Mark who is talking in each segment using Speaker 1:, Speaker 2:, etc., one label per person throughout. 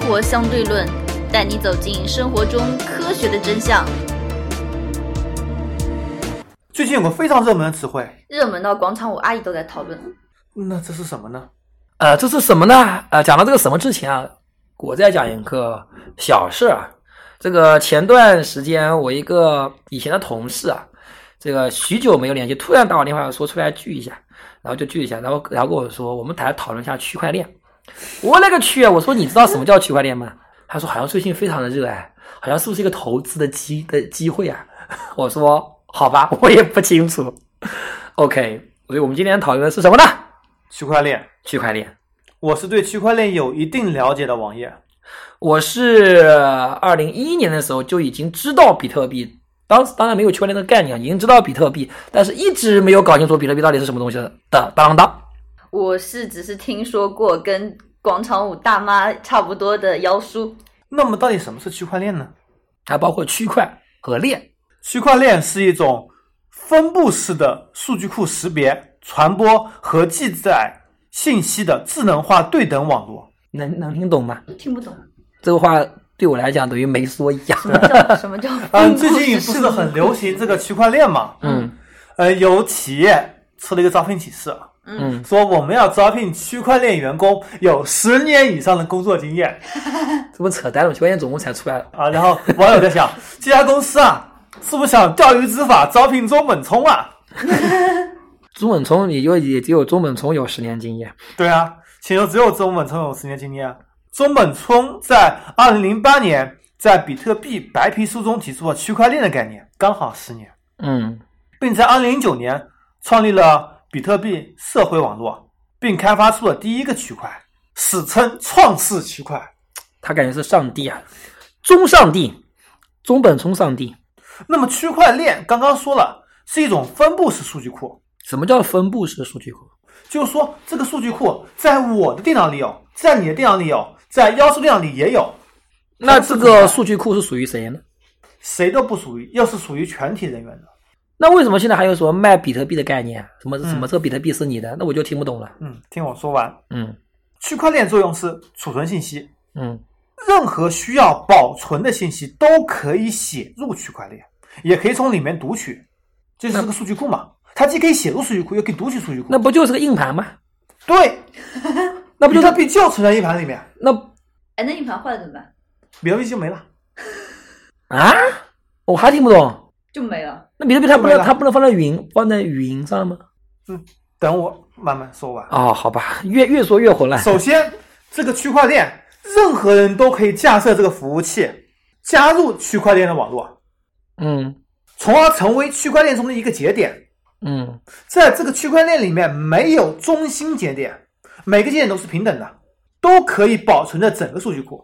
Speaker 1: 活相对论》，带你走进生活中科学的真相。
Speaker 2: 最近有个非常热门的词汇，
Speaker 1: 热门到广场舞阿姨都在讨论。
Speaker 2: 那这是什么呢？
Speaker 3: 呃，这是什么呢？呃，讲到这个什么之前啊，我再讲一个小事儿啊。这个前段时间，我一个以前的同事啊，这个许久没有联系，突然打我电话说出来聚一下，然后就聚一下，然后然后跟我说，我们来讨论一下区块链。我勒个去啊！我说你知道什么叫区块链吗？他说好像最近非常的热爱，好像是不是一个投资的机的机会啊？ 我说好吧，我也不清楚。OK，所以我们今天讨论的是什么呢？
Speaker 2: 区块链，
Speaker 3: 区块链。
Speaker 2: 我是对区块链有一定了解的网页。
Speaker 3: 我是二零一一年的时候就已经知道比特币，当时当然没有区块链的概念，已经知道比特币，但是一直没有搞清楚比特币到底是什么东西的。当当当，
Speaker 1: 我是只是听说过跟广场舞大妈差不多的妖叔。
Speaker 2: 那么到底什么是区块链呢？
Speaker 3: 还包括区块和链。
Speaker 2: 区块链是一种分布式的数据库识别、传播和记载信息的智能化对等网络。
Speaker 3: 能能听懂吗？
Speaker 1: 听不懂
Speaker 3: 这个话对我来讲等于没说一样。
Speaker 1: 什 么叫什么 叫
Speaker 2: 嗯，
Speaker 1: 分
Speaker 2: 最
Speaker 1: 布
Speaker 2: 近
Speaker 1: 式
Speaker 2: 不是
Speaker 1: 数
Speaker 2: 很流行这个区块链嘛？
Speaker 3: 嗯
Speaker 2: 呃，有企业出了一个招聘启事，
Speaker 3: 嗯，
Speaker 2: 说我们要招聘区块链员工有十年以上的工作经验
Speaker 3: 这不扯淡了吗？区块链总共才出来了。
Speaker 2: 啊。然后网友在想，这家公司啊，是不是想钓鱼执法招聘中本聪啊？
Speaker 3: 中本聪也就也只有中本聪有十年经验。
Speaker 2: 对啊，全球只有中本聪有十年经验啊。中本聪在二零零八年在比特币白皮书中提出了区块链的概念，刚好十年，
Speaker 3: 嗯，
Speaker 2: 并在二零零九年创立了比特币社会网络，并开发出了第一个区块，史称创世区块。
Speaker 3: 他感觉是上帝啊，中上帝，中本聪上帝。
Speaker 2: 那么区块链刚刚说了是一种分布式数据库，
Speaker 3: 什么叫分布式数据库？
Speaker 2: 就是说这个数据库在我的电脑里有，在你的电脑里有，在妖叔电脑里也有，
Speaker 3: 那这个数据库是属于谁呢？
Speaker 2: 谁都不属于，又是属于全体人员的。
Speaker 3: 那为什么现在还有什么卖比特币的概念啊？什么
Speaker 2: 嗯
Speaker 3: 什么这个比特币是你的？那我就听不懂了。
Speaker 2: 嗯，听我说完。
Speaker 3: 嗯
Speaker 2: 区块链作用是储存信息，
Speaker 3: 嗯
Speaker 2: 任何需要保存的信息都可以写入区块链，也可以从里面读取，这就是个数据库嘛。它既可以写入数据库，又可以读取数据库。
Speaker 3: 那不就是个硬盘吗？
Speaker 2: 对，
Speaker 3: 那不
Speaker 2: 比
Speaker 3: 就
Speaker 2: 特
Speaker 3: 是
Speaker 2: 币就存在硬盘里面，
Speaker 3: 那
Speaker 1: 哎，那硬盘坏了怎么办？
Speaker 2: 比特币就没了。
Speaker 3: 啊？我还听不懂。
Speaker 1: 就没了。
Speaker 3: 那比特币它不
Speaker 2: 对
Speaker 3: 能
Speaker 2: 了
Speaker 3: 它不能放在云放在云上吗？
Speaker 2: 等我慢慢说完。
Speaker 3: 哦，好吧，越越说越 混乱。
Speaker 2: 首先，这个区块链任何人都可以架设这个服务器，加入区块链的网络，
Speaker 3: 嗯
Speaker 2: 从而成为区块链中的一个节点。
Speaker 3: 嗯
Speaker 2: 在这个区块链里面没有中心节点，每个节点都是平等的，都可以保存着整个数据库。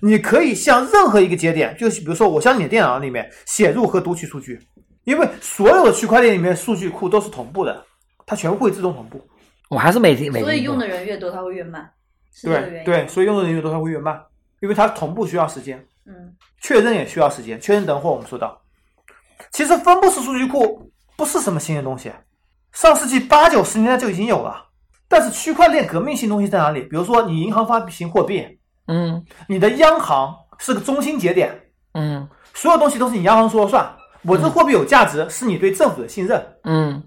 Speaker 2: 你可以向任何一个节点，就是比如说我向你的电脑里面写入和读取数据，因为所有的区块链里面的数据库都是同步的，它全部会自动同步。
Speaker 3: 我还是没听没听
Speaker 1: 所以用
Speaker 3: 懂
Speaker 1: 的人越多，它会越慢，是这个原
Speaker 2: 对
Speaker 1: 因。，
Speaker 2: 对，所以用的人越多，它会越慢，因为它同步需要时间。
Speaker 1: 嗯，
Speaker 2: 确认也需要时间，确认等会儿我们说到。其实分布式数据库不是什么新的东西，上世纪八九十年代就已经有了。但是区块链革命性东西在哪里？比如说你银行发行货币，
Speaker 3: 嗯
Speaker 2: 你的央行是个中心节点，
Speaker 3: 嗯
Speaker 2: 所有东西都是你央行说了算。我这货币有价值，是你对政府的信任，
Speaker 3: 嗯，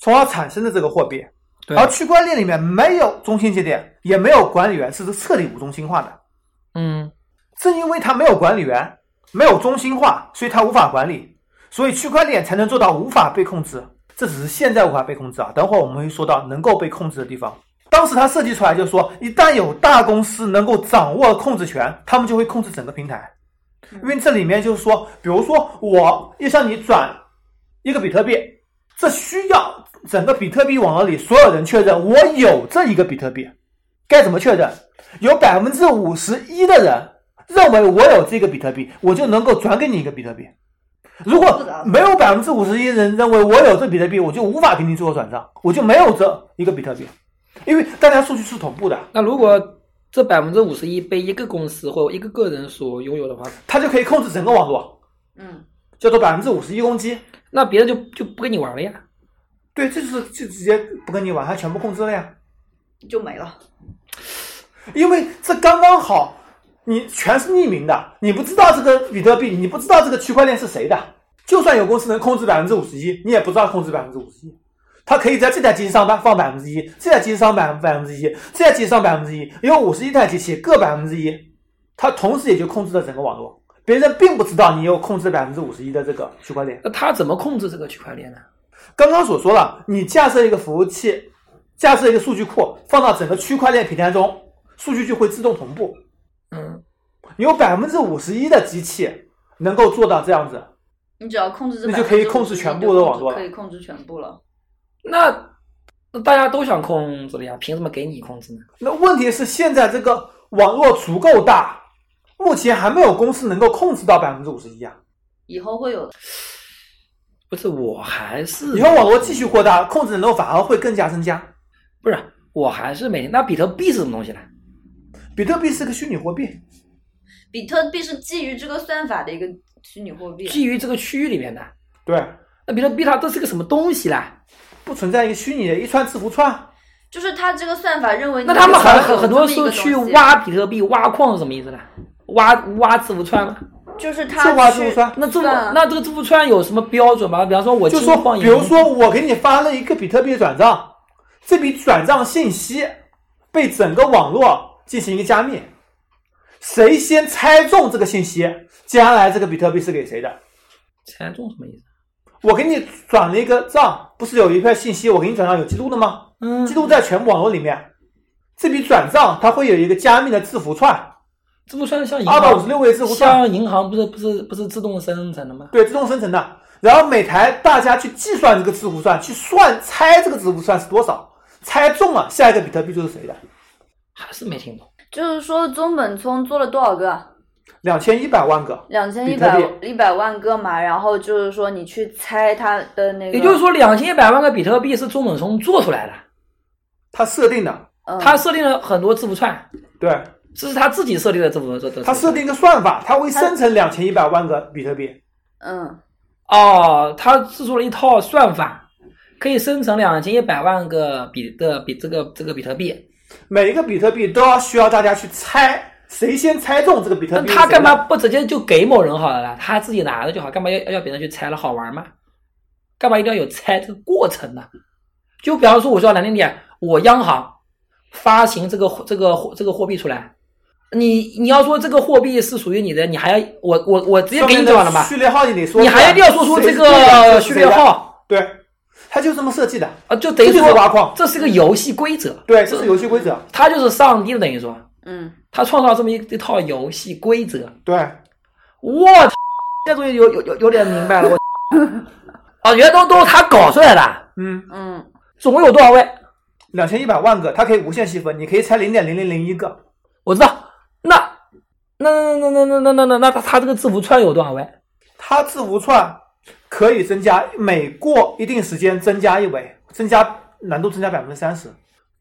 Speaker 2: 从而产生的这个货币。
Speaker 3: 对啊
Speaker 2: 而，区块链里面没有中心节点，也没有管理员，是彻底无中心化的。
Speaker 3: 嗯
Speaker 2: 正因为它没有管理员，没有中心化，所以它无法管理，所以区块链才能做到无法被控制。这只是现在无法被控制啊，等会儿我们会说到能够被控制的地方。当时它设计出来就是说，一旦有大公司能够掌握控制权，他们就会控制整个平台，因为这里面就是说，比如说我要向你转一个比特币，这需要整个比特币网络里所有人确认我有这一个比特币，该怎么确认？有百分之五十一的人认为我有这个比特币，我就能够转给你一个比特币。如果没有百分之五十一人认为我有这比特币，我就无法给你做转账，我就没有这一个比特币，因为大家数据是同步的，
Speaker 3: 那如果这百分之五十一被一个公司或一个个人所拥有的话，
Speaker 2: 它就可以控制整个网络，
Speaker 1: 嗯，
Speaker 2: 叫做百分之五十一攻击。
Speaker 3: 那别人就就不跟你玩了呀。
Speaker 2: 对，这就是就直接不跟你玩，它全部控制了呀。
Speaker 1: 就没了。
Speaker 2: 因为这刚刚好，你全是匿名的，你不知道这个比特币，你不知道这个区块链是谁的。就算有公司能控制百分之五十一，你也不知道控制百分之五十一。它可以在这台机器上放百分之一，这台机器上百百分之一，这台机器上百分之一，有五十一台机器各百分之一，它同时也就控制了整个网络。别人并不知道你有控制百分之五十一的这个区块链。
Speaker 3: 那他怎么控制这个区块链呢？
Speaker 2: 刚刚所说了，你架设一个服务器，架设一个数据库，放到整个区块链平台中，数据就会自动同步。
Speaker 3: 嗯，
Speaker 2: 你有百分之五十一的机器能够做到这样子，
Speaker 1: 你只要控制这，
Speaker 2: 那就可以控制全部的网络了
Speaker 1: 可以控制全部了。
Speaker 3: 那那大家都想控制了呀，凭什么给你控制呢？
Speaker 2: 那问题是现在这个网络足够大，目前还没有公司能够控制到百分之五十一啊。
Speaker 1: 以后会有的，
Speaker 3: 不是，我还是
Speaker 2: 以后网络继续扩大，控制能力反而会更加增加。
Speaker 3: 不是，我还是每天。那比特币是什么东西呢？
Speaker 2: 比特币是个虚拟货币，
Speaker 1: 比特币是基于这个算法的一个虚拟货币，
Speaker 3: 基于这个区域里面的。
Speaker 2: 对，
Speaker 3: 那比特币它这是个什么东西啦？
Speaker 2: 不存在一个虚拟的一串字符串，
Speaker 1: 就是它这个算法认为你
Speaker 3: 那他们很很
Speaker 1: 有
Speaker 3: 很
Speaker 1: 这么
Speaker 3: 多
Speaker 1: 一
Speaker 3: 时
Speaker 1: 个
Speaker 3: 候去
Speaker 1: 东西，
Speaker 3: 挖比特币、挖矿是什么意思呢？挖挖字符串吗？
Speaker 1: 就是
Speaker 2: 是
Speaker 1: 它
Speaker 2: 挖字
Speaker 1: 去
Speaker 2: 符串。
Speaker 3: 那字符
Speaker 1: 算啊
Speaker 3: 那这个字符串有什么标准吗？比方说我
Speaker 2: 就
Speaker 3: 进
Speaker 2: 说
Speaker 3: 呃矿，也
Speaker 2: 比如说我给你发了一个比特币转账，这笔转账信息被整个网络进行一个加密，谁先猜中这个信息，接下来这个比特币是给谁的？
Speaker 3: 猜中什么意思？
Speaker 2: 我给你转了一个账，不是有一块信息我给你转账有记录的吗？
Speaker 3: 嗯
Speaker 2: 记录在全部网络里面，这笔转账它会有一个加密的字符串，
Speaker 3: 字符串像银
Speaker 2: 二百五十
Speaker 3: 行，
Speaker 2: 六位字符串，
Speaker 3: 像银行不是不是不是自动生成的吗？
Speaker 2: 对，自动生成的。然后每台大家去计算这个字符串，去算猜这个字符串是多少，猜中了下一个比特币就是谁的，
Speaker 3: 还是没听懂。
Speaker 1: 就是说中本聪做了多少个啊？
Speaker 2: 两千一百万个。
Speaker 1: 两千一
Speaker 2: 比特
Speaker 1: 百
Speaker 2: 币
Speaker 1: 一百万个嘛，然后就是说你去猜它的那个，
Speaker 3: 也就是说，两千一百万个比特币是中本聪做出来的，
Speaker 2: 他设定的，
Speaker 1: 嗯、
Speaker 3: 他设定了很多字符串，
Speaker 2: 对
Speaker 3: 这是他自己设定的字符。这这
Speaker 2: 他设定一个算法，他会生成两千一百万个比特币。
Speaker 1: 嗯，
Speaker 3: 哦，他制作了一套算法，可以生成两千一百万个比的比这个这个比特币。
Speaker 2: 每一个比特币都要需要大家去猜，谁先猜中这个比特
Speaker 3: 那
Speaker 2: 币是谁的。
Speaker 3: 他干嘛不直接就给某人好了啦？他自己拿着就好，干嘛要要别人去猜了好玩吗？干嘛一定要有猜这个过程呢？就比方说，我说难听点，啊我央行发行这个这个这个货币出来，你你要说这个货币是属于你的，你还要我我我直接给你就完了嘛？
Speaker 2: 序列号你得说出来，
Speaker 3: 你还一定要说出这个序列号
Speaker 2: 谁是对的，对，他就这么设计的，
Speaker 3: 啊？就等于
Speaker 2: 这就是挖
Speaker 3: 说
Speaker 2: 矿
Speaker 3: 这是个游戏规则，
Speaker 2: 对，这是游戏规则，
Speaker 3: 他就是上帝了，等于说
Speaker 1: 嗯，
Speaker 3: 他创造了这么一一套游戏规则。
Speaker 2: 对，
Speaker 3: 我操，现在终于有有有有点明白了，我啊，原来都都是他搞出来的，
Speaker 2: 嗯，
Speaker 1: 嗯，
Speaker 3: 总共有多少位？
Speaker 2: 两千一百万个，它可以无限细分，你可以猜零点零零零一个，
Speaker 3: 我知道，那那那那那那那那那他他这个字符串有多少位？
Speaker 2: 它字符串可以增加，每过一定时间增加一维，增加难度增加百分之三十，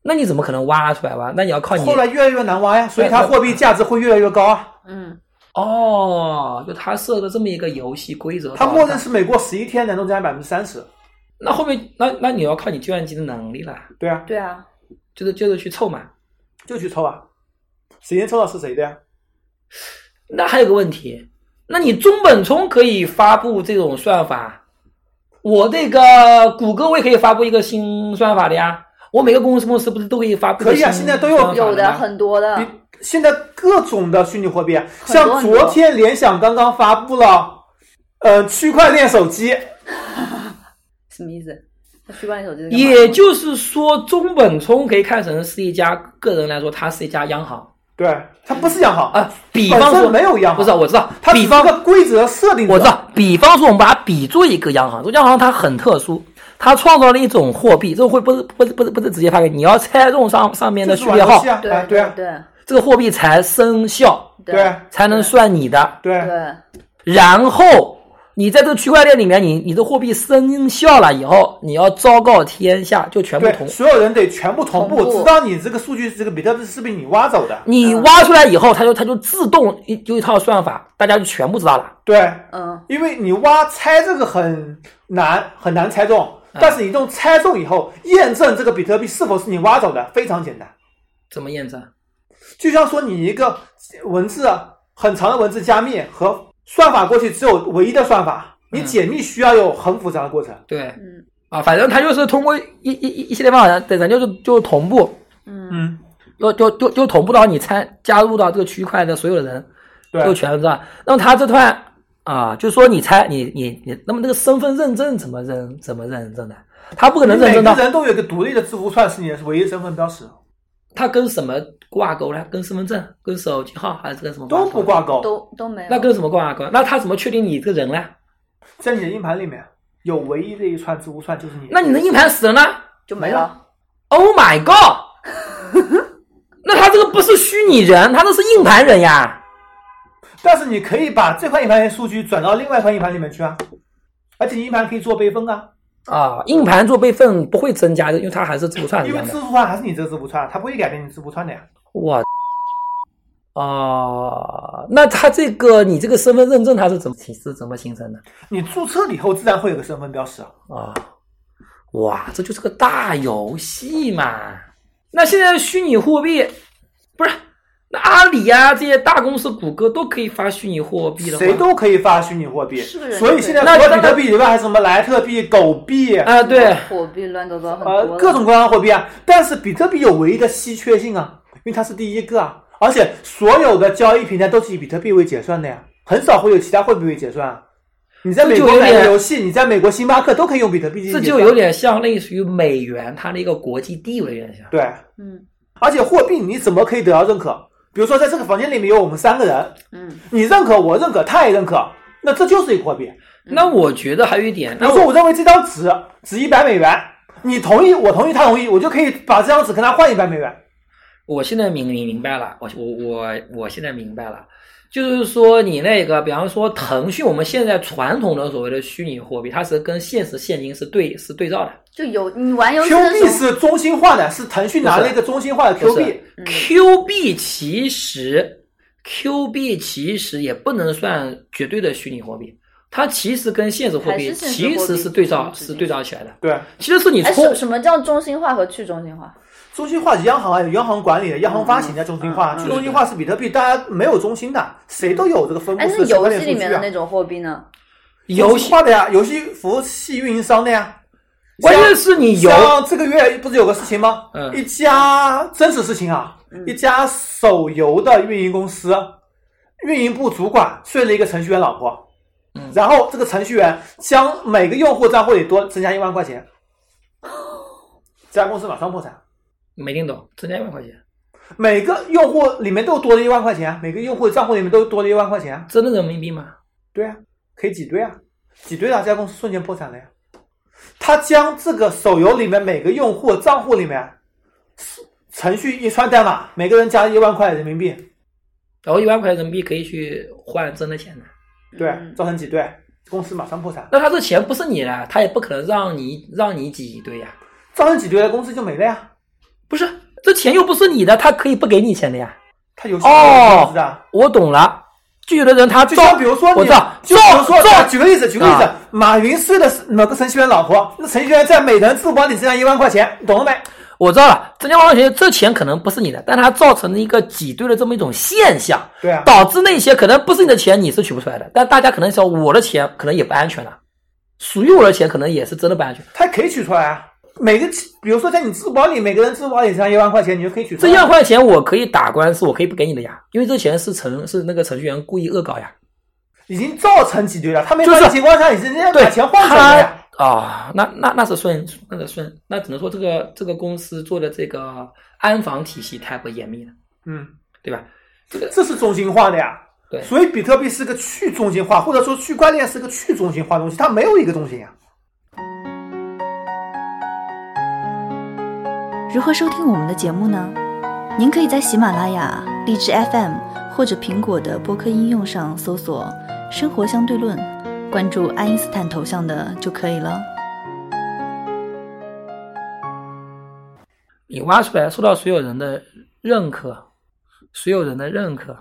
Speaker 3: 那你怎么可能挖出来挖？那你要靠你
Speaker 2: 后来越来越难挖呀，所以它货币价值会越来越高啊。
Speaker 1: 嗯，
Speaker 3: 哦，就他设的这么一个游戏规则，
Speaker 2: 它默认是每过十一天难度增加百分之三十，
Speaker 3: 那后面那那你要靠你计算机的能力了，
Speaker 2: 对啊，
Speaker 1: 对啊，
Speaker 3: 就是就是去凑嘛。
Speaker 2: 就去抽啊，谁先抽到是谁的呀？
Speaker 3: 那还有个问题，那你中本聪可以发布这种算法，我那个谷歌我也可以发布一个新算法的呀。我每个公司公司不是都可以发布一个
Speaker 2: 可以啊
Speaker 3: 新
Speaker 2: 现在都有
Speaker 3: 算法
Speaker 1: 有
Speaker 3: 的
Speaker 1: 的
Speaker 3: 吗
Speaker 1: 很多的，
Speaker 3: 啊
Speaker 2: 比现在各种的虚拟货币啊，
Speaker 1: 很多
Speaker 2: 像昨天联想刚刚发布了，呃，区块链手机，
Speaker 1: 什么意思？他去关手机的干嘛
Speaker 3: 也就是说，中本聪可以看成是一家个人来说，它是一家央行
Speaker 2: 对，它不是央行，
Speaker 3: 啊。比方
Speaker 2: 本
Speaker 3: 说
Speaker 2: 身没有央行
Speaker 3: 不是我知道，
Speaker 2: 它只
Speaker 3: 比
Speaker 2: 是
Speaker 3: 方
Speaker 2: 个规则设定者
Speaker 3: 我知，道，比方说我们把它比作一个央行，这个央行它很特殊，它创造了一种货币，这种货币不是不是不是不是直接发给你，你要猜中上上面
Speaker 2: 这
Speaker 3: 的
Speaker 2: 是
Speaker 3: 序
Speaker 2: 玩
Speaker 3: 列
Speaker 2: 游
Speaker 3: 号
Speaker 2: 戏，啊，
Speaker 1: 对
Speaker 2: 啊对啊，
Speaker 1: 对
Speaker 3: 这个货币才生效。
Speaker 2: 对
Speaker 3: 才能算你的。
Speaker 2: 对
Speaker 1: 对
Speaker 3: 啊然后你在这个区块链里面，你你的货币生效了以后，你要昭告天下，就全部同
Speaker 2: 对，。所有人得全部同步
Speaker 1: 同，步
Speaker 2: 直到你这个数据这个比特币是被你挖走的，
Speaker 3: 你挖出来以后，它就它就自动一就一套算法，大家就全部知道了。
Speaker 2: 对，
Speaker 1: 嗯，
Speaker 2: 因为你挖猜这个很难很难猜中，
Speaker 3: 嗯
Speaker 2: 但是你用猜中以后验证这个比特币是否是你挖走的非常简单。
Speaker 3: 怎么验证？
Speaker 2: 就像说你一个文字啊很长的文字加密和算法过去只有唯一的算法，你
Speaker 3: 嗯
Speaker 2: 解密需要有很复杂的过程。
Speaker 3: 对
Speaker 1: 嗯
Speaker 3: 啊，反正他就是通过一一一一系列方法，对，咱就是就是同步，
Speaker 1: 嗯
Speaker 2: 嗯，
Speaker 3: 就就就就同步到你参加入到这个区块的所有的人，
Speaker 2: 对
Speaker 3: 就全是吧？那么他这段啊，就说你猜你你你，那么这个身份认证怎么认怎么认证呢？他不可能认
Speaker 2: 每
Speaker 3: 证
Speaker 2: 个
Speaker 3: 到
Speaker 2: 人都有一个独立的字符串是你的唯一身份标识，
Speaker 3: 他跟什么挂钩呢？跟身份证、跟手机号还是跟什么
Speaker 2: 都不
Speaker 3: 钩？
Speaker 2: 挂钩，
Speaker 1: 都都没有。
Speaker 3: 哦那跟什么挂钩？那他怎么确定你这个人呢？
Speaker 2: 在你的硬盘里面有唯一的一串字符串就是你。
Speaker 3: 那你的硬盘死了呢
Speaker 1: 就没
Speaker 2: 没
Speaker 1: 了
Speaker 2: 了。
Speaker 3: ？Oh my god！那 他这个不是虚拟人，他这是硬盘人呀。
Speaker 2: 但是你可以把这块硬盘的数据转到另外一块硬盘里面去啊，而且你硬盘可以做备份啊，
Speaker 3: 啊，硬盘做备份不会增加的，因为它还是字符串一
Speaker 2: 因为
Speaker 3: 样的
Speaker 2: 字。符串还是你这个字符串，它不会改变你字符串的呀。
Speaker 3: 哇，啊、那他这个你这个身份认证它是怎么形是怎么形成的
Speaker 2: 你注册了以后，自然会有个身份标识啊。
Speaker 3: 啊？哇，这就是个大游戏嘛。那现在虚拟货币不是那阿里呀、这些大公司，谷歌都可以发虚拟货币了吗，
Speaker 2: 谁都可以发虚拟货币，
Speaker 1: 是个人
Speaker 2: 所以现在
Speaker 3: 那
Speaker 2: 除了
Speaker 3: 那
Speaker 2: 比特币以外，还有什么莱特币、狗币，
Speaker 3: 啊、对，
Speaker 2: 嗯
Speaker 1: 货币乱糟糟很多
Speaker 2: 呃，
Speaker 1: 了，
Speaker 2: 各种各样的货币啊。但是比特币有唯一的稀缺性啊，因为它是第一个啊，而且所有的交易平台都是以比特币为结算的呀，很少会有其他货币为结算啊。你在美国
Speaker 3: 这就有
Speaker 2: 买
Speaker 3: 点
Speaker 2: 个游戏，你在美国星巴克都可以用比特币进
Speaker 3: 这
Speaker 2: 行结
Speaker 3: 就
Speaker 2: 算。
Speaker 3: 有点像类似于美元它的一个国际地位有点像。
Speaker 2: 对，
Speaker 1: 嗯
Speaker 2: 而且货币你怎么可以得到认可？比如说，在这个房间里面有我们三个人，
Speaker 1: 嗯
Speaker 2: 你认可，我认可，他也认可，那这就是一个货币。
Speaker 3: 那我觉得还有一点，
Speaker 2: 比
Speaker 3: 那
Speaker 2: 如说，我认为这张纸值一百美元，你同意，我同意，他同意，我就可以把这张纸跟他换一百美元。
Speaker 3: 我现在明明明白了，我我我我现在明白了，就是说你那个，比方说腾讯，我们现在传统的所谓的虚拟货币，它是跟现实现金是对是对照的。
Speaker 1: 就有你玩游戏
Speaker 2: Q
Speaker 1: 的时
Speaker 2: 币
Speaker 1: 候，
Speaker 2: 是中心化的，是腾讯拿
Speaker 3: 不
Speaker 2: 了
Speaker 3: 是
Speaker 2: 一个中心化的
Speaker 3: 就
Speaker 2: Q
Speaker 3: 是
Speaker 2: 币，
Speaker 1: 嗯
Speaker 3: Q 币其实 Q 币其实也不能算绝对的虚拟货币，它其实跟现实货
Speaker 1: 还
Speaker 3: 币
Speaker 1: 是现实
Speaker 3: 其
Speaker 1: 货
Speaker 3: 实
Speaker 1: 币
Speaker 3: 是对照
Speaker 1: 嗯
Speaker 3: 是对照起来的，
Speaker 2: 对，
Speaker 3: 其实是你
Speaker 1: 哎，
Speaker 3: 充
Speaker 1: 什什么叫中心化和去中心化？
Speaker 2: 中心化是央行啊，有央行管理的，央行发行叫中心化，
Speaker 1: 嗯嗯嗯
Speaker 2: 去中心化是比特币，大家没有中心的，谁都有这个分布
Speaker 1: 哎，
Speaker 2: 式
Speaker 1: 那
Speaker 2: 区块
Speaker 1: 游
Speaker 2: 链
Speaker 1: 戏里
Speaker 2: 数
Speaker 1: 面
Speaker 2: 据
Speaker 1: 的
Speaker 2: 啊
Speaker 1: 那，种货币呢？
Speaker 3: 游
Speaker 2: 中心
Speaker 3: 戏，
Speaker 2: 化的呀，游戏服务器运营商的呀。
Speaker 3: 关键是你游
Speaker 2: 像这个月不是有个事情吗？
Speaker 3: 嗯
Speaker 2: 一家真实事情啊，一家手游的运营公司，运营部主管睡了一个程序员老婆，
Speaker 3: 嗯
Speaker 2: 然后这个程序员将每个用户账户里多增加一万块钱，这家公司马上破产。
Speaker 3: 没听懂，增加一万块钱，
Speaker 2: 每个用户里面都多了一万块钱，每个用户账户里面都多了一万块钱，
Speaker 3: 真的人民币吗？
Speaker 2: 对啊，可以挤兑啊，挤兑了，这家公司瞬间破产了呀。他将这个手游里面每个用户账户里面程序一串代码，每个人加一万块人民币，
Speaker 3: 然后一万块人民币可以去换真的钱的。
Speaker 2: 对，
Speaker 1: 嗯
Speaker 2: 造成挤兑，公司马上破产，
Speaker 3: 那他这钱不是你的，他也不可能让你让你挤兑呀、
Speaker 2: 造成挤兑了，公司就没了呀。
Speaker 3: 不是，这钱又不是你的，他可以不给你钱的呀。
Speaker 2: 他
Speaker 3: 哦
Speaker 2: 游戏公司的，
Speaker 3: 我懂了，就有的人他
Speaker 2: 就
Speaker 3: 造，
Speaker 2: 像比如说你，
Speaker 3: 我知道
Speaker 2: 就比如说
Speaker 3: 造造
Speaker 2: 举个例子，举个例子
Speaker 3: 啊，
Speaker 2: 马云睡了某个程序员老婆，那程序员在每人支付宝里增加一万块钱，你懂了没？
Speaker 3: 我知道了，增加万块钱，这钱可能不是你的，但它造成了一个挤兑的这么一种现象，
Speaker 2: 对啊，
Speaker 3: 导致那些可能不是你的钱你是取不出来的，但大家可能想我的钱可能也不安全了，属于我的钱可能也是真的不安全，
Speaker 2: 他可以取出来啊。每个，比如说在你支付宝里，每个人支付宝里增加一万块钱，你就可以取出
Speaker 3: 这
Speaker 2: 来。
Speaker 3: 一万块钱我可以打官司，我可以不给你的呀，因为这钱是程是那个程序员故意恶搞呀。
Speaker 2: 已经造成挤兑了，他没
Speaker 3: 就是
Speaker 2: 管理情况下，你直接
Speaker 3: 对，
Speaker 2: 把钱换
Speaker 3: 他
Speaker 2: 成了呀。
Speaker 3: 啊、那那那是顺，那是顺，那只能说这个这个公司做的这个安防体系太不严密了，
Speaker 2: 嗯，
Speaker 3: 对吧？
Speaker 2: 这是中心化的呀。
Speaker 3: 对
Speaker 2: 所以比特币是个去中心化，或者说区块链是个去中心化的东西，它没有一个中心呀。
Speaker 4: 如何收听我们的节目呢？您可以在喜马拉雅、荔枝 FM 或者苹果的播客应用上搜索“生活相对论”，关注爱因斯坦头像的就可以了。
Speaker 3: 你挖出来，受到所有人的认可，所有人的认可。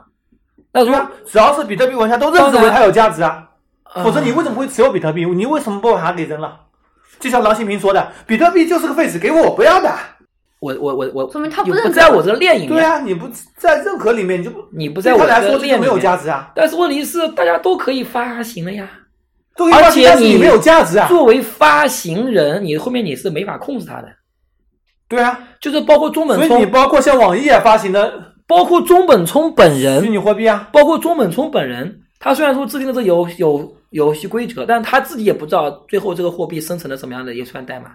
Speaker 3: 那如
Speaker 2: 对啊
Speaker 3: 果
Speaker 2: 吧？只要是比特币玩家都认知
Speaker 3: 当
Speaker 2: 为
Speaker 3: 然
Speaker 2: 它有价值啊，
Speaker 3: 呃
Speaker 2: 否则你为什么会持有比特币？你为什么不把它给扔了？就像郎新平说的，比特币就是个废纸，给我我不要的。
Speaker 3: 我我我我，
Speaker 1: 说明他不
Speaker 3: 又不
Speaker 1: 认
Speaker 3: 在
Speaker 1: 可
Speaker 3: 我这个链里
Speaker 2: 对
Speaker 3: 面，
Speaker 2: 啊，你不在任何里面，你就不
Speaker 3: 你不在
Speaker 2: 对
Speaker 3: 我
Speaker 2: 他来
Speaker 3: 这
Speaker 2: 说
Speaker 3: 个
Speaker 2: 这就
Speaker 3: 链
Speaker 2: 没
Speaker 3: 里
Speaker 2: 有价
Speaker 3: 面。
Speaker 2: 值啊，
Speaker 3: 但是问题是，大家都可以发行了呀。
Speaker 2: 对
Speaker 3: 而
Speaker 2: 啊，
Speaker 3: 且
Speaker 2: 但是你
Speaker 3: 你
Speaker 2: 没有价值啊，
Speaker 3: 作为发行人，你后面你是没法控制他的，
Speaker 2: 对啊，
Speaker 3: 就是包括中
Speaker 2: 所
Speaker 3: 本
Speaker 2: 以你
Speaker 3: 聪，
Speaker 2: 包括像网易也发行的
Speaker 3: 包括中本聪本
Speaker 2: 虚
Speaker 3: 人，
Speaker 2: 拟货币啊，
Speaker 3: 包括中本聪本人，他虽然说制定了这游游游戏规则，但他自己也不知道最后这个货币生成了什么样的一串代码，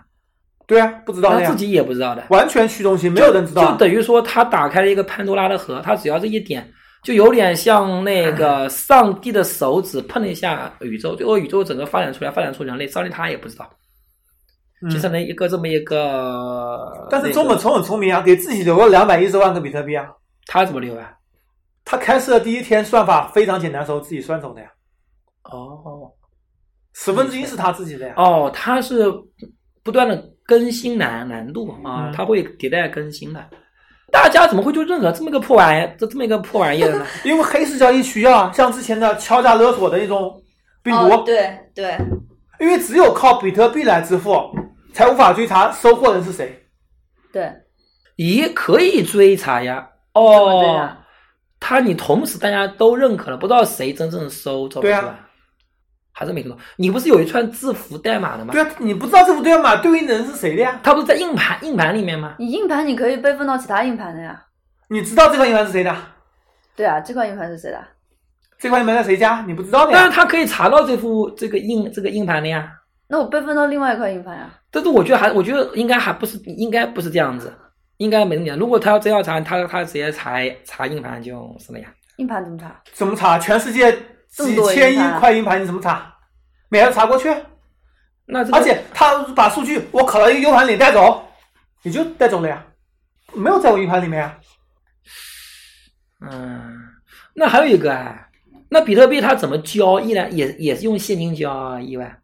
Speaker 2: 对啊，不知道
Speaker 3: 他
Speaker 2: 的呀
Speaker 3: 自，己也不知道的。
Speaker 2: 完全虚中心，没有人知道
Speaker 3: 就
Speaker 2: 啊，
Speaker 3: 等于说他打开了一个潘多拉的盒，他只要这一点，就有点像那个 上帝的手指碰了一下宇宙，最后宇宙整个发展出来，发展出人类，上帝他也不知道，
Speaker 2: 嗯
Speaker 3: 就成了一个这么一个。
Speaker 2: 但是
Speaker 3: 那
Speaker 2: 中
Speaker 3: 个
Speaker 2: 本聪很聪明啊，给自己留了两百一十万个比特币啊，
Speaker 3: 他怎么留啊？
Speaker 2: 他开设第一天算法非常简单的时候自己算走的呀，
Speaker 3: 哦
Speaker 2: 十分之一是他自己的呀，
Speaker 3: 哦，他是不断的更新难难度啊
Speaker 2: 嗯，
Speaker 3: 他会迭代更新的。大家怎么会就认可这么一个破玩意儿，这这么一个破玩意儿呢？
Speaker 2: 因为黑市交易需要啊，像之前的敲诈勒索的那种病毒，
Speaker 1: 哦，对对，
Speaker 2: 因为只有靠比特币来支付，才无法追查收货人是谁。
Speaker 1: 对，
Speaker 3: 咦，可以追查呀？
Speaker 1: 怎么对
Speaker 3: 哦，
Speaker 2: 啊
Speaker 1: 呀？
Speaker 3: 他你同时大家都认可了，不知道谁真正收走了
Speaker 2: 对啊
Speaker 3: 是吧？还是没收到？你不是有一串字符代码的吗？
Speaker 2: 对啊，你不知道这不对嘛？对应的人是谁的呀？
Speaker 3: 它不是在硬盘硬盘里面吗？
Speaker 1: 你硬盘你可以备份到其他硬盘的呀。
Speaker 2: 你知道这块银盘是谁的？
Speaker 1: 对啊，这块硬盘是谁的？
Speaker 2: 这块银盘在谁家？你不知道的
Speaker 3: 但
Speaker 2: 呀。
Speaker 3: 是它可以查到这副这个硬这个硬盘的呀。
Speaker 1: 那我备份到另外一块硬盘呀。
Speaker 3: 但是我觉得还，我觉得应该还不是，应该不是这样子，应该没那么讲。如果他要真要查，他他直接查查硬盘就是了呀。
Speaker 1: 硬盘怎么查？
Speaker 2: 怎么查？全世界几千亿块银盘，你怎么查？每个查过去，啊
Speaker 3: 那这 个
Speaker 2: 而且他把数据我拷到一个 U 盘里带走，你就带走了呀，没有在我 U 盘里面啊。
Speaker 3: 嗯，那还有一个啊，那比特币它怎么交易呢？也也是用现金交易吧？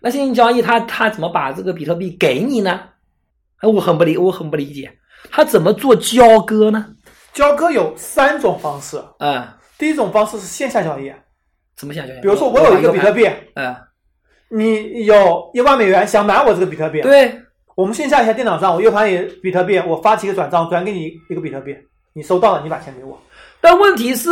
Speaker 3: 那现金交易它它怎么把这个比特币给你呢？哎，我很不理，我很不理解，它怎么做交割呢？
Speaker 2: 交割有三种方式，
Speaker 3: 啊、
Speaker 2: 第一种方式是线下交易，啊
Speaker 3: 怎么想交易？
Speaker 2: 比如说我有一个比特，币，
Speaker 3: 嗯、
Speaker 2: 你有一万美元想买我这个比特币，啊
Speaker 3: 对，
Speaker 2: 我们线下一台电脑上，我 U 盘也比特币，我发起一个转账，转给你一个比特币，你收到了，你把钱给我。
Speaker 3: 但问题是，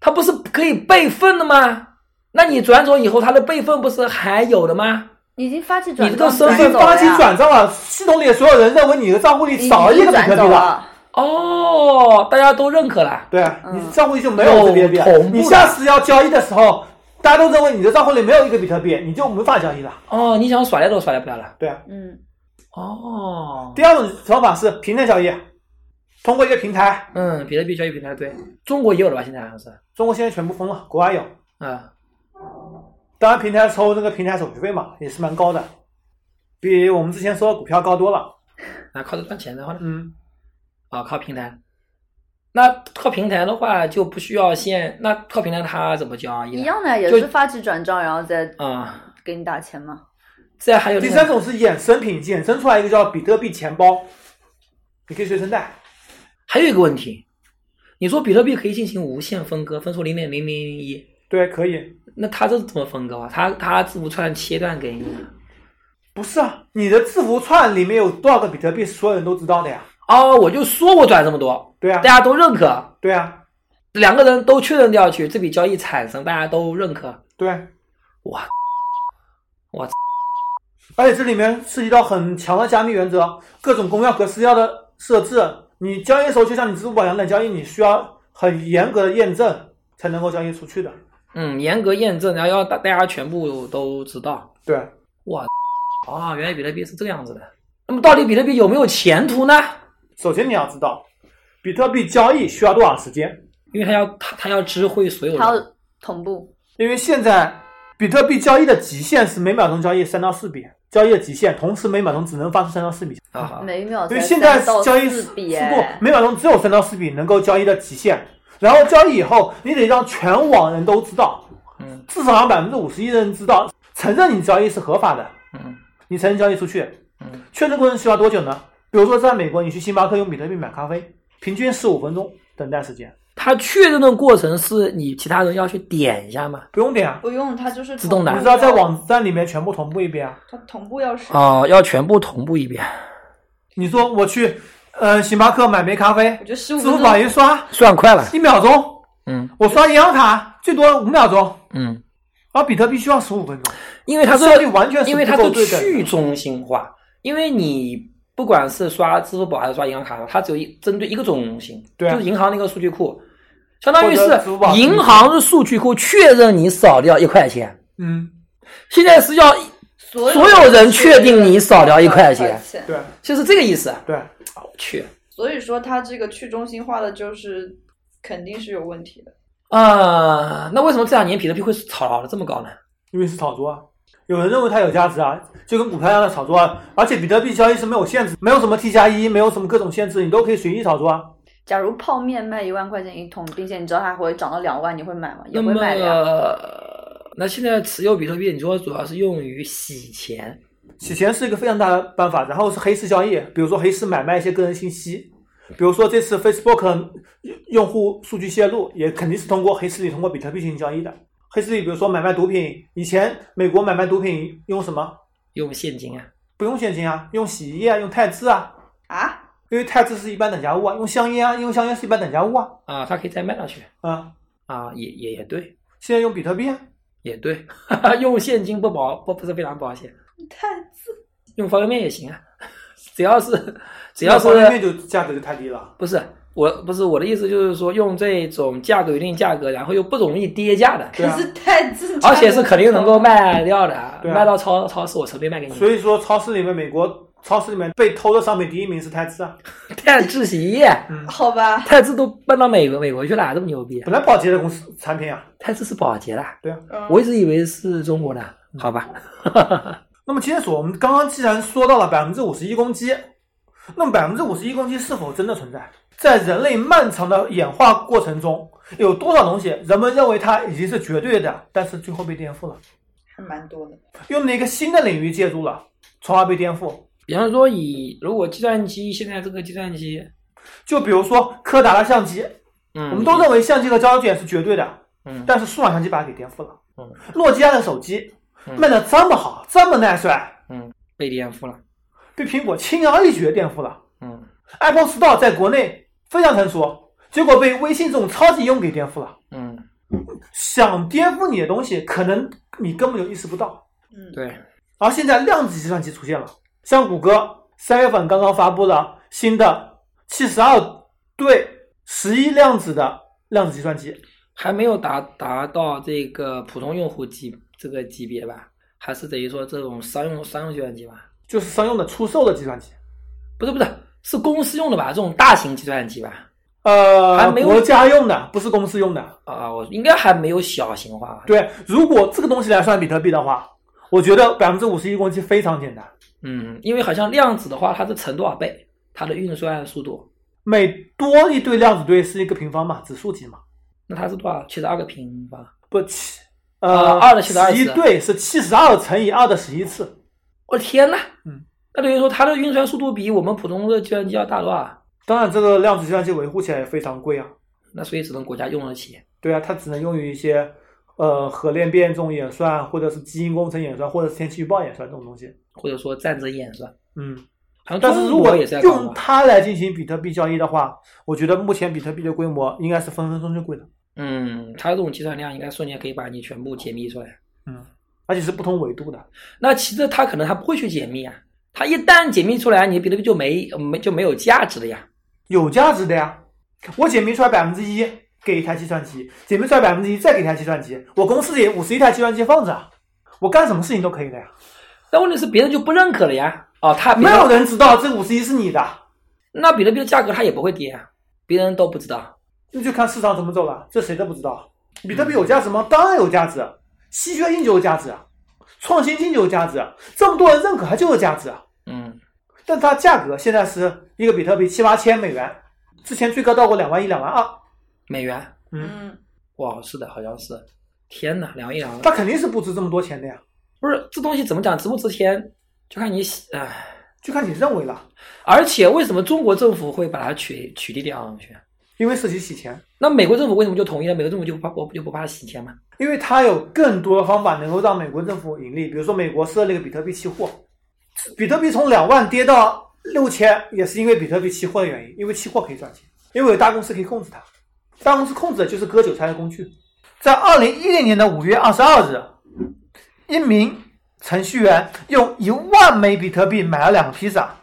Speaker 3: 它不是可以备份的吗？那你转走以后，它的备份不是还有的吗？
Speaker 1: 你已经发起转
Speaker 3: 你
Speaker 1: 账
Speaker 3: 这个
Speaker 1: 转走了
Speaker 3: 身
Speaker 2: 已
Speaker 1: 呀，
Speaker 2: 经发起转账了，系统里的所有人认为你的账户
Speaker 1: 你
Speaker 2: 里
Speaker 1: 已
Speaker 2: 少了一
Speaker 1: 经
Speaker 2: 个比
Speaker 1: 转
Speaker 2: 特
Speaker 1: 走
Speaker 2: 币了。
Speaker 1: 了。
Speaker 3: 哦，大家都认可了。
Speaker 2: 对啊
Speaker 1: 嗯
Speaker 2: 你账户里就没有这个比特
Speaker 3: 有同
Speaker 2: 币
Speaker 3: 步，的
Speaker 2: 你下次要交易的时候，大家都认为你的账户里没有一个比特币，你就没法交易了。
Speaker 3: 哦，你想耍赖都耍赖不了了。
Speaker 2: 对啊。
Speaker 1: 嗯，
Speaker 3: 哦，
Speaker 2: 第二种方法是平台交易，通过一个平台，
Speaker 3: 嗯，比特币交易平台对中国也有了吧？现在好像是，
Speaker 2: 中国现在全部封了，国外有。
Speaker 3: 啊，
Speaker 2: 当然，平台抽那个平台手续费嘛，也是蛮高的，比我们之前说的股票高多了。
Speaker 3: 那靠着赚钱的话呢？
Speaker 2: 嗯，
Speaker 3: 啊，靠平台。那靠平台的话就不需要现，那靠平台它怎么交易呢？
Speaker 1: 一样的呀，也
Speaker 3: 就是
Speaker 1: 发起转账，然后再
Speaker 3: 啊、
Speaker 1: 给你打钱嘛。
Speaker 3: 这还有
Speaker 2: 第
Speaker 3: 另外
Speaker 2: 三种是衍生品，衍生出来一个叫比特币钱包，你可以随身带。
Speaker 3: 还有一个问题，你说比特币可以进行无限分割，分出零点零零零一，
Speaker 2: 对，可以。
Speaker 3: 那它这是怎么分割啊？它它字符串切断给你的。
Speaker 2: 不是啊，你的字符串里面有多少个比特币，所有人都知道的呀。
Speaker 3: 哦，我就说我转这么多，
Speaker 2: 对啊
Speaker 3: 大，家都认可，
Speaker 2: 对啊，
Speaker 3: 两个人都确认掉去，这笔交易产生，大家都认可。
Speaker 2: 对。啊
Speaker 3: 哇，
Speaker 2: 而且这里面涉及到很强的加密原则，各种公钥和私钥的设置。你交易的时候，就像你支付宝两点交易，你需要很严格的验证才能够交易出去的。
Speaker 3: 嗯，严格验证，然后要大大家全部都知道。
Speaker 2: 对，
Speaker 3: 哇，啊、原来比特币是这个样子的。那么到底比特币有没有前途呢？
Speaker 2: 首先你要知道，比特币交易需要多少时间？
Speaker 3: 因为它要它它要知会所有
Speaker 1: 它
Speaker 3: 人。
Speaker 1: 要同步，
Speaker 2: 因为现在比特币交易的极限是每秒钟交易三到四笔，交易的极限，同时每秒钟只能发出三到四笔。
Speaker 3: 啊，
Speaker 1: 每秒
Speaker 2: 所以
Speaker 1: 才
Speaker 2: 现在
Speaker 1: 3到
Speaker 2: 交易
Speaker 1: 4
Speaker 2: 速
Speaker 1: 笔
Speaker 2: 度
Speaker 1: 哎，
Speaker 2: 每秒钟只有三到四笔能够交易的极限。然后交易以后，你得让全网人都知道，
Speaker 3: 嗯
Speaker 2: 至少让百分之五十一的人知道，承认你交易是合法的，
Speaker 3: 嗯
Speaker 2: 你才能交易出去。
Speaker 3: 嗯，
Speaker 2: 确认过程需要多久呢？比如说在美国，你去星巴克用比特币买咖啡，平均十五分钟等待时间，
Speaker 3: 它确认的过程是你其他人要去点一下吗？
Speaker 2: 不用点啊，
Speaker 1: 不用它就是
Speaker 3: 自动的
Speaker 2: 你只要在网站里面全部同步一遍啊。
Speaker 3: 哦
Speaker 1: 它同步要是
Speaker 3: 啊、要全部同步一遍。
Speaker 2: 你说我去，呃，星巴克买杯咖啡
Speaker 1: 我，觉得十五
Speaker 2: 支
Speaker 1: 分
Speaker 2: 付宝
Speaker 1: 钟
Speaker 2: 一刷
Speaker 3: 算快了，
Speaker 2: 一秒钟，
Speaker 3: 嗯
Speaker 2: 我刷银行卡最多五秒钟，
Speaker 3: 嗯，
Speaker 2: 而啊比特币需要十五分钟，
Speaker 3: 因为它
Speaker 2: 效率
Speaker 3: 是，
Speaker 2: 完全是
Speaker 3: 哎因为
Speaker 2: 不
Speaker 3: 它
Speaker 2: 够
Speaker 3: 是
Speaker 2: 对等的。
Speaker 3: 去中心化，因为你不管是刷支付宝还是刷银行卡，它只有一针对一个中心，
Speaker 2: 对啊
Speaker 3: 就是银行那个数据库，相当于
Speaker 2: 或
Speaker 3: 是
Speaker 2: 者支付宝
Speaker 3: 银行的数据库确认你少掉一块钱，
Speaker 2: 嗯，
Speaker 3: 现在是要
Speaker 1: 所
Speaker 3: 所有人确定你少掉一块钱
Speaker 1: 钱，
Speaker 2: 对
Speaker 3: 就是这个意思啊，
Speaker 2: 对，
Speaker 3: 我去
Speaker 1: 所以说它这个去中心化的就是肯定是有问题的。
Speaker 3: 啊，那为什么这两年比特币会炒得这么高呢？
Speaker 2: 因为是炒作啊。有人认为它有价值啊，就跟股票一样的炒作啊。而且比特币交易是没有限制，没有什么 T 加一，没有什么各种限制，你都可以随意炒作啊。
Speaker 1: 假如泡面卖一万块钱一桶，并且你知道它会涨到两万，你会买吗？也
Speaker 3: 那
Speaker 1: 会
Speaker 3: 么
Speaker 1: 买的呀。
Speaker 3: 那现在持有比特币，你说主要是用于洗钱，
Speaker 2: 洗钱是一个非常大的办法，然后是黑市交易，比如说黑市买卖一些个人信息，比如说这次 Facebook 用户数据泄露，也肯定是通过黑市里通过比特币进行交易的。黑市里比如说买卖毒品，以前美国买卖毒品用什么？
Speaker 3: 用现金啊？
Speaker 2: 不用现金啊，用洗衣液啊，用泰铢啊，
Speaker 1: 啊，
Speaker 2: 因为泰铢是一般等价物啊，用香烟啊，用香烟是一般等价物啊，
Speaker 3: 啊，它可以再卖上去
Speaker 2: 啊、
Speaker 3: 啊，也也也对，
Speaker 2: 现在用比特币啊，
Speaker 3: 也对， 用现金不保不不是非常保险，
Speaker 1: 太自
Speaker 3: 用方便面也行啊， 只要是只要是
Speaker 2: 方便面就价格就太低了。
Speaker 3: 不是我不是我的意思就是说用这种价格一定价格，然后又不容易跌价的，
Speaker 2: 对啊
Speaker 1: 可是 太自，
Speaker 3: 而且是肯定能够卖掉的啊，
Speaker 2: 对啊
Speaker 3: 卖到超超市我随便卖给你。
Speaker 2: 所以说，超市里面美国超市里面被偷的商品第一名是泰铢啊。
Speaker 3: 泰制洗衣液，
Speaker 1: 好吧？
Speaker 3: 泰制都搬到美国美国去了，这么牛逼，啊
Speaker 2: 本来保洁的公司产品啊，
Speaker 3: 泰制是保洁的啊。
Speaker 2: 对啊。
Speaker 1: 嗯
Speaker 3: 我一直以为是中国的，好吧？
Speaker 2: 嗯那么今天所我们刚刚既然说到了百分之五十一攻击，那么百分之五十一攻击是否真的存在？在人类漫长的演化过程中，有多少东西人们认为它已经是绝对的，但是最后被颠覆了，
Speaker 1: 还蛮多的。
Speaker 2: 用了一个新的领域介入了，从而被颠覆。
Speaker 3: 比方说以，如果计算机现在这个计算机，
Speaker 2: 就比如说柯达的相机，
Speaker 3: 嗯
Speaker 2: 我们都认为相机和胶卷是绝对的，
Speaker 3: 嗯
Speaker 2: 但是数码相机把它给颠覆了
Speaker 3: 嗯。
Speaker 2: 诺基亚的手机
Speaker 3: 嗯
Speaker 2: 卖的这么好，这么耐摔，
Speaker 3: 嗯被颠覆了，
Speaker 2: 被苹果轻而易举地颠覆了。
Speaker 3: 嗯
Speaker 2: iPhone Store 在国内非常成熟，结果被微信这种超级应用给颠覆了。
Speaker 3: 嗯，
Speaker 2: 想颠覆你的东西，可能你根本就意识不到。
Speaker 1: 嗯，
Speaker 3: 对，
Speaker 2: 而现在量子计算机出现了，像谷歌三月份刚刚发布了新的七十二对十一量子的量子计算机，
Speaker 3: 还没有达达到这个普通用户级这个级别吧？还是等于说这种商用商用计算机吧？
Speaker 2: 就是商用的出售的计算机。
Speaker 3: 不是不是，是公司用的吧？这种大型计算机吧？还
Speaker 2: 呃，
Speaker 3: 没有
Speaker 2: 国家用的，不是公司用的。
Speaker 3: 啊，我应该还没有小型化。
Speaker 2: 对，如果这个东西来算比特币的话，我觉得百分之五十一攻击非常简单。
Speaker 3: 嗯，因为好像量子的话，它是乘多少倍，它的运算速度，
Speaker 2: 每多一对量子对是一个平方嘛，指数级嘛，
Speaker 3: 那它是多少？七十二个平方。
Speaker 2: 不七
Speaker 3: 呃
Speaker 2: 呃
Speaker 3: 二的72
Speaker 2: 一
Speaker 3: 次
Speaker 2: 对是七十二乘以二的十一次，
Speaker 3: 我的天呐，
Speaker 2: 嗯，
Speaker 3: 那等于说它的运算速度比我们普通的计算机要大多少？
Speaker 2: 当然这个量子计算机维护起来也非常贵啊。
Speaker 3: 那所以只能国家用得起。
Speaker 2: 对啊，它只能用于一些呃核裂变这种演算，或者是基因工程演算，或者是天气预报演算这种东西。
Speaker 3: 或者说战争演算，
Speaker 2: 嗯，
Speaker 3: 好像
Speaker 2: 但是
Speaker 3: 中
Speaker 2: 如果
Speaker 3: 国也在搞啊
Speaker 2: 用
Speaker 3: 嘛。
Speaker 2: 它来进行比特币交易的话，我觉得目前比特币的规模应该是分分钟就贵的，
Speaker 3: 嗯，它这种计算量应该瞬间可以把你全部解密出来。
Speaker 2: 嗯，而且是不同维度的。
Speaker 3: 那其实它可能还不会去解密啊，它一旦解密出来，你比特币就没没就没有价值了呀。
Speaker 2: 有价值的呀。我解密出来百分之一给一台计算机，解密出来百分之一再给一台计算机，我公司里五十一台计算机放着啊，我干什么事情都可以的呀。
Speaker 3: 但问题是别人就不认可了呀。哦，他
Speaker 2: 没有，人知道这五十一是你的，
Speaker 3: 那比特币的价格它也不会跌啊，别人都不知道。
Speaker 2: 那就看市场怎么走了，这谁都不知道。比特币有价值吗？当然有价值，稀缺性就有价值，创新性就有价值，这么多人认可它就有价值。
Speaker 3: 嗯，
Speaker 2: 但它价格现在是一个比特币七八千美元，之前最高到过两万一、两万二，
Speaker 3: 美元，
Speaker 1: 嗯，
Speaker 3: 哇，是的，好像是。天哪，两亿两万
Speaker 2: 它肯定是不值这么多钱的呀，
Speaker 3: 啊不是这东西怎么讲值不值钱，就看你喜唉。
Speaker 2: 就看你认为了，
Speaker 3: 而且为什么中国政府会把它取取缔掉啊呢？
Speaker 2: 因为涉及洗钱。
Speaker 3: 那美国政府为什么就同意了？美国政府就不怕我就不怕洗钱嘛？
Speaker 2: 因为它有更多的方法能够让美国政府盈利，比如说美国设了一个比特币期货，比特币从两万跌到六千也是因为比特币期货的原因，因为期货可以赚钱，因为有大公司可以控制它，大公司控制的就是割韭菜的工具。在二零一零年的五月二十二日，一名程序员用一万枚比特币买了两个披萨，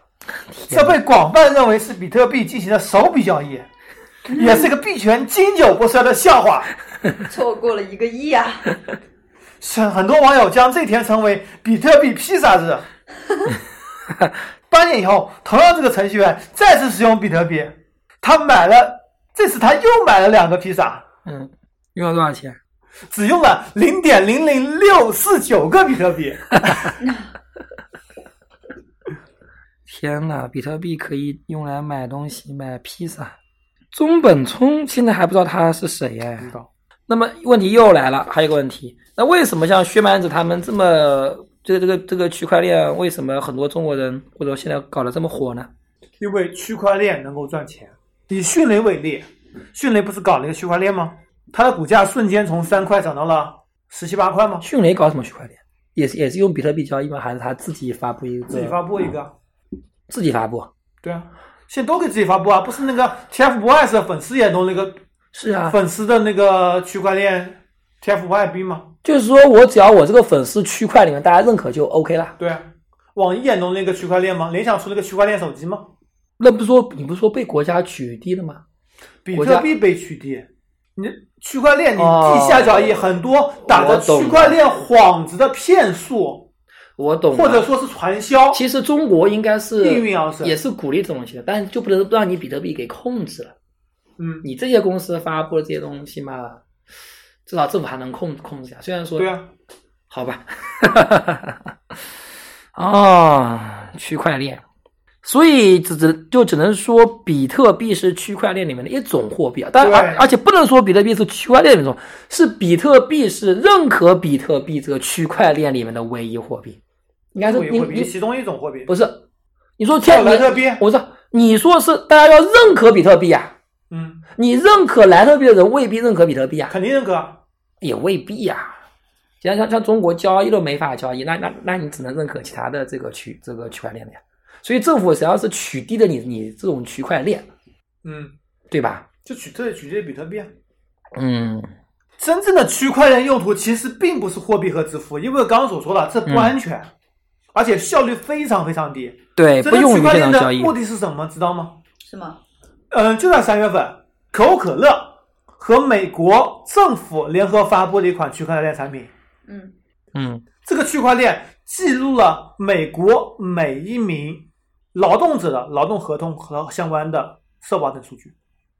Speaker 2: 这被广泛认为是比特币进行的首笔交易，也是个币圈经久不衰的笑话。
Speaker 1: 嗯错过了一个亿啊！
Speaker 2: 是很多网友将这天称为比特币披萨日。八年以后，同样这个程序员再次使用比特币，他买了，这次他又买了两个披萨，
Speaker 3: 嗯，用了多少钱？
Speaker 2: 只用了零点零零六四九个比特币。
Speaker 3: 天呐，比特币可以用来买东西，买披萨。中本聪现在还不知道他是谁耶。那么问题又来了，还有一个问题，那为什么像薛蛮子他们这么这个这个这个区块链，为什么很多中国人或者现在搞得这么火呢？
Speaker 2: 因为区块链能够赚钱。以迅雷为例，迅雷不是搞了一个区块链吗？它的股价瞬间从三块涨到了十七八块吗？
Speaker 3: 迅雷搞什么区块链？也是也是用比特币交易吗？还是他自己发布一个
Speaker 2: 自己发布一个，
Speaker 3: 自己发布？
Speaker 2: 嗯对啊，现在都给自己发布啊，不是那个 TFBOYS 的粉丝也弄那个
Speaker 3: 是啊，
Speaker 2: 粉丝的那个区块链 TFYB 嘛，
Speaker 3: 就是说我只要我这个粉丝区块里面大家认可就 OK 了。
Speaker 2: 对啊，网易也弄那个区块链吗？联想出了个区块链手机吗？
Speaker 3: 那不是说你不是说被国家取缔了吗？
Speaker 2: 比
Speaker 3: 国
Speaker 2: 特
Speaker 3: 家
Speaker 2: 币被取缔，你区块链你
Speaker 3: 哦
Speaker 2: 地下交易很多打着
Speaker 3: 我懂了
Speaker 2: 区块链幌子的骗术，
Speaker 3: 我懂了啊
Speaker 2: 或者说是传销，
Speaker 3: 其实中国应该是
Speaker 2: 应运而啊生
Speaker 3: 也是鼓励这种东西的，但就不能让你比特币给控制了。
Speaker 2: 嗯，
Speaker 3: 你这些公司发布的这些东西嘛，至少政府还能控控制下。虽然说，
Speaker 2: 对，啊，
Speaker 3: 好吧， 哦，区块链，所以只只就只能说比特币是区块链里面的一种货币啊，但
Speaker 2: 对
Speaker 3: 而而且不能说比特币是区块链里面的一种，是比特币是认可比特币这个区块链里面的唯一货币，应该是
Speaker 2: 货
Speaker 3: 你
Speaker 2: 币
Speaker 3: 你
Speaker 2: 其中一种货币，
Speaker 3: 不是，你说天
Speaker 2: 还有莱特币
Speaker 3: 我说你说是大家要认可比特币啊，
Speaker 2: 嗯，
Speaker 3: 你认可莱特币的人未必认可比特币啊，
Speaker 2: 肯定认可啊。
Speaker 3: 也未必呀、像像像中国交易都没法交易，那那那你只能认可其他的这个区这个区块链的呀。所以政府只要是取缔的你你这种区块链，
Speaker 2: 嗯，
Speaker 3: 对吧？
Speaker 2: 就取这取这比特币啊。
Speaker 3: 嗯，
Speaker 2: 真正的区块链用途其实并不是货币和支付，因为刚刚所说了，这
Speaker 3: 嗯
Speaker 2: 不安全，而且效率非常非常低。
Speaker 3: 对，
Speaker 2: 这
Speaker 3: 不
Speaker 2: 个
Speaker 3: 用
Speaker 2: 区
Speaker 3: 于
Speaker 2: 块
Speaker 3: 电
Speaker 2: 链
Speaker 3: 脑交
Speaker 2: 的
Speaker 3: 易。
Speaker 2: 目的是什么？知道吗？
Speaker 1: 是吗？
Speaker 2: 嗯，就在三月份，可口可乐和美国政府联合发布的一款区块链产品。
Speaker 1: 嗯，
Speaker 3: 嗯
Speaker 2: 这个区块链记录了美国每一名劳动者的劳动合同和相关的社保等数据，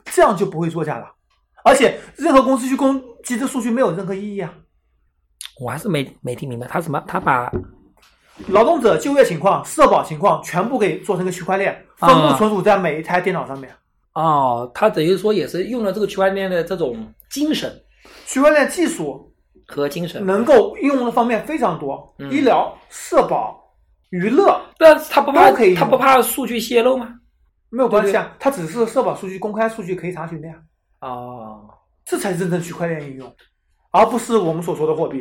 Speaker 2: 这样就不会作假了。而且，任何公司去攻击这数据没有任何意义啊。
Speaker 3: 我还是没没听明白他怎么他把
Speaker 2: 劳动者就业情况、社保情况全部给做成个区块链，分布
Speaker 3: 啊
Speaker 2: 存储在每一台电脑上面。
Speaker 3: 哦，他等于说也是用了这个区块链的这种精神
Speaker 2: 区块链技术
Speaker 3: 和精神，
Speaker 2: 能够应用的方面非常多，
Speaker 3: 嗯
Speaker 2: 医疗、社保、娱乐
Speaker 3: 但是他不怕
Speaker 2: 都可以用
Speaker 3: 他不怕数据泄露吗？
Speaker 2: 没有关系啊，它只是社保数据、公开数据可以查询的呀，
Speaker 3: 哦，
Speaker 2: 这才是真正区块链应用，而不是我们所说的货币。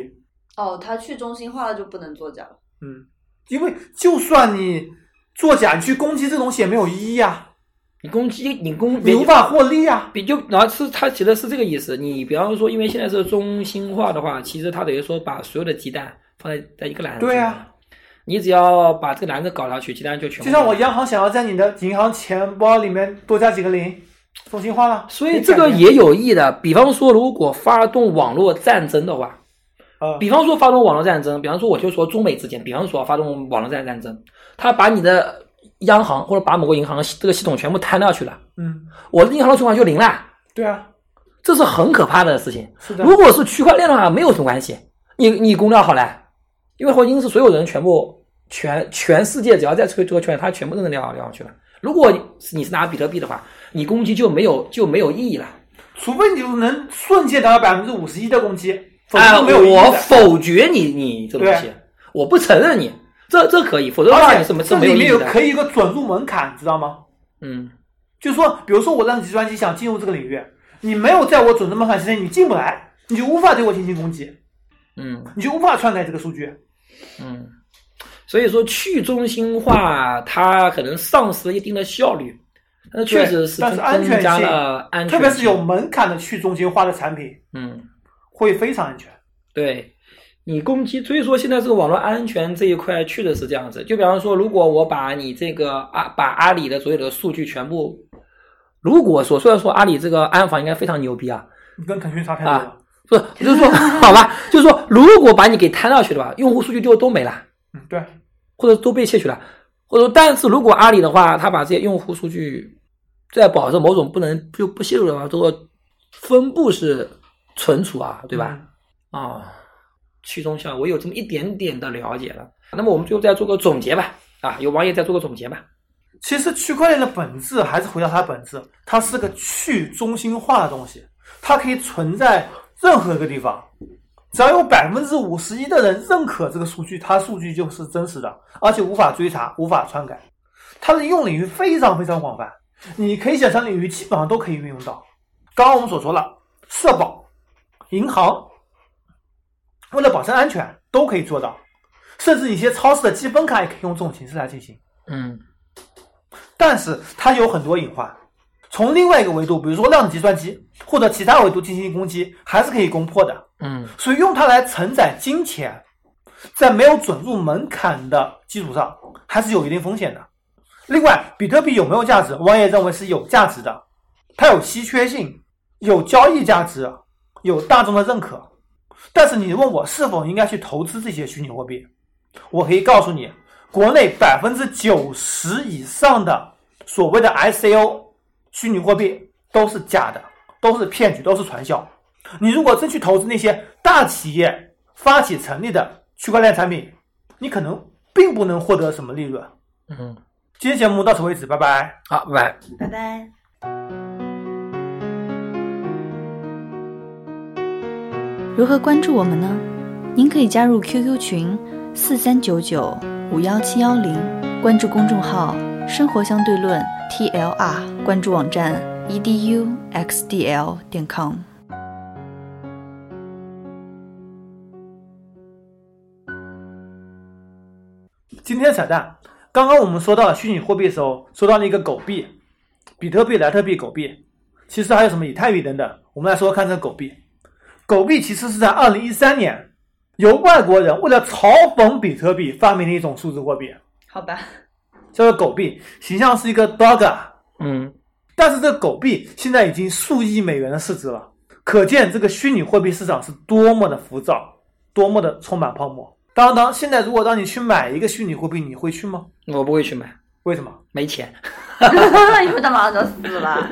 Speaker 1: 哦，它去中心化了就不能作假了。
Speaker 2: 嗯，因为就算你作假，你去攻击这东西也没有意义啊，
Speaker 3: 你攻击你攻
Speaker 2: 你无法获利啊。
Speaker 3: 比就然后是他其实是这个意思。你比方说，因为现在是中心化的话，其实它等于说把所有的鸡蛋放在在一个篮子。
Speaker 2: 对
Speaker 3: 呀
Speaker 2: 啊、
Speaker 3: 你只要把这个篮子搞下去，鸡蛋就全部。
Speaker 2: 就像我，央行想要在你的银行钱包里面多加几个零，中心化了。
Speaker 3: 所以这个也有意义的。比方说，如果发动网络战争的话，
Speaker 2: 呃，
Speaker 3: 比方说发动网络战争，比方说我就说中美之间，比方说发动网络战战争，他把你的央行或者把某个银行的系这个系统全部瘫掉去了，
Speaker 2: 嗯，
Speaker 3: 我的银行的存款就零了。
Speaker 2: 对啊，
Speaker 3: 这是很可怕的事情。
Speaker 2: 是的
Speaker 3: 如果是区块链的话，没有什么关系，你你公掉好了，因为霍金是所有人全部全全世界只要在这个这个圈，他全部都能聊聊上去了。如果你是拿比特币的话，你攻击就没有就没有意义了。
Speaker 2: 除非你能瞬间达到百分之五十一的攻击，否
Speaker 3: 啊、
Speaker 2: 则没有意义的。
Speaker 3: 我否决你你这个东西
Speaker 2: 对，
Speaker 3: 啊我不承认你，这这可以，否则的话
Speaker 2: 而
Speaker 3: 你
Speaker 2: 且
Speaker 3: 什么
Speaker 2: 这
Speaker 3: 没
Speaker 2: 里
Speaker 3: 有意
Speaker 2: 面
Speaker 3: 义
Speaker 2: 有
Speaker 3: 的。
Speaker 2: 可以一个准入门槛，你知道吗？
Speaker 3: 嗯，
Speaker 2: 就是说，比如说我让计算机想进入这个领域，你没有在我准入门槛之内，你进不来，你就无法对我进行攻击，
Speaker 3: 嗯
Speaker 2: 你就无法篡改这个数据。
Speaker 3: 嗯，所以说去中心化它可能丧失了一定的效率，但是确实是
Speaker 2: 但
Speaker 3: 增
Speaker 2: 是安全性
Speaker 3: 加了安全性，
Speaker 2: 特别是有门槛的去中心化的产品
Speaker 3: 嗯。
Speaker 2: 会非常安全。
Speaker 3: 对你攻击，所以说现在这个网络安全这一块确实是这样子。就比方说，如果我把你这个阿把阿里的所有的数据全部，如果说虽然说阿里这个安防应该非常牛逼啊，
Speaker 2: 你跟腾讯差太多了，
Speaker 3: 不是就是说 好吧，就是说如果把你给摊到去的话，用户数据就都没了，
Speaker 2: 嗯，对，
Speaker 3: 或者都被窃取了，或者但是如果阿里的话，他把这些用户数据在保证某种不能就不泄露的话，这个分布式存储啊，对吧？
Speaker 2: 嗯？
Speaker 3: 啊，去中心化，我有这么一点点的了解了。那么我们最后再做个总结吧，啊，由王爷再做个总结吧。
Speaker 2: 其实区块链的本质还是回到它的本质，它是个去中心化的东西，它可以存在任何一个地方，只要有百分之五十一的人认可这个数据，它数据就是真实的，而且无法追查、无法篡改。它的应用领域非常非常广泛，你可以想象领域基本上都可以运用到。刚刚我们所说了，社保、银行，为了保证安全都可以做到，甚至一些超市的积分卡也可以用这种形式来进行。
Speaker 3: 嗯
Speaker 2: 但是它有很多隐患。从另外一个维度，比如说量子计算机或者其他维度进行攻击，还是可以攻破的。
Speaker 3: 嗯
Speaker 2: 所以用它来承载金钱，在没有准入门槛的基础上，还是有一定风险的。另外，比特币有没有价值？王爷认为是有价值的，它有稀缺性，有交易价值，有大众的认可。但是你问我是否应该去投资这些虚拟货币，我可以告诉你，国内百分之九十以上的所谓的 ICO 虚拟货币都是假的，都是骗局，都是传销。你如果真去投资那些大企业发起成立的区块链产品，你可能并不能获得什么利润。
Speaker 3: 嗯，
Speaker 2: 今天节目到此为止，拜拜。
Speaker 3: 好，拜拜。
Speaker 1: 拜拜。
Speaker 4: 如何关注我们呢？您可以加入 QQ 群四三九九五幺七幺零，关注公众号“生活相对论 ”TLR，关注网站 E eduxdl 点 com。
Speaker 2: 今天彩蛋，刚刚我们说到了虚拟货币的时候，说到了一个狗币，比特币、莱特币、狗币，其实还有什么以太币等等。我们来说说看这个狗币，狗币其实是在二零一三年由外国人为了嘲讽比特币发明的一种数字货币，
Speaker 1: 好吧，
Speaker 2: 叫做狗币，形象是一个 dog，
Speaker 3: 嗯
Speaker 2: 但是这个狗币现在已经数亿美元的市值了，可见这个虚拟货币市场是多么的浮躁，多么的充满泡沫。当当，现在如果让你去买一个虚拟货币，你会去吗？
Speaker 3: 我不会去买，
Speaker 2: 为什么？
Speaker 3: 没钱。
Speaker 1: 因为大马上就要死了。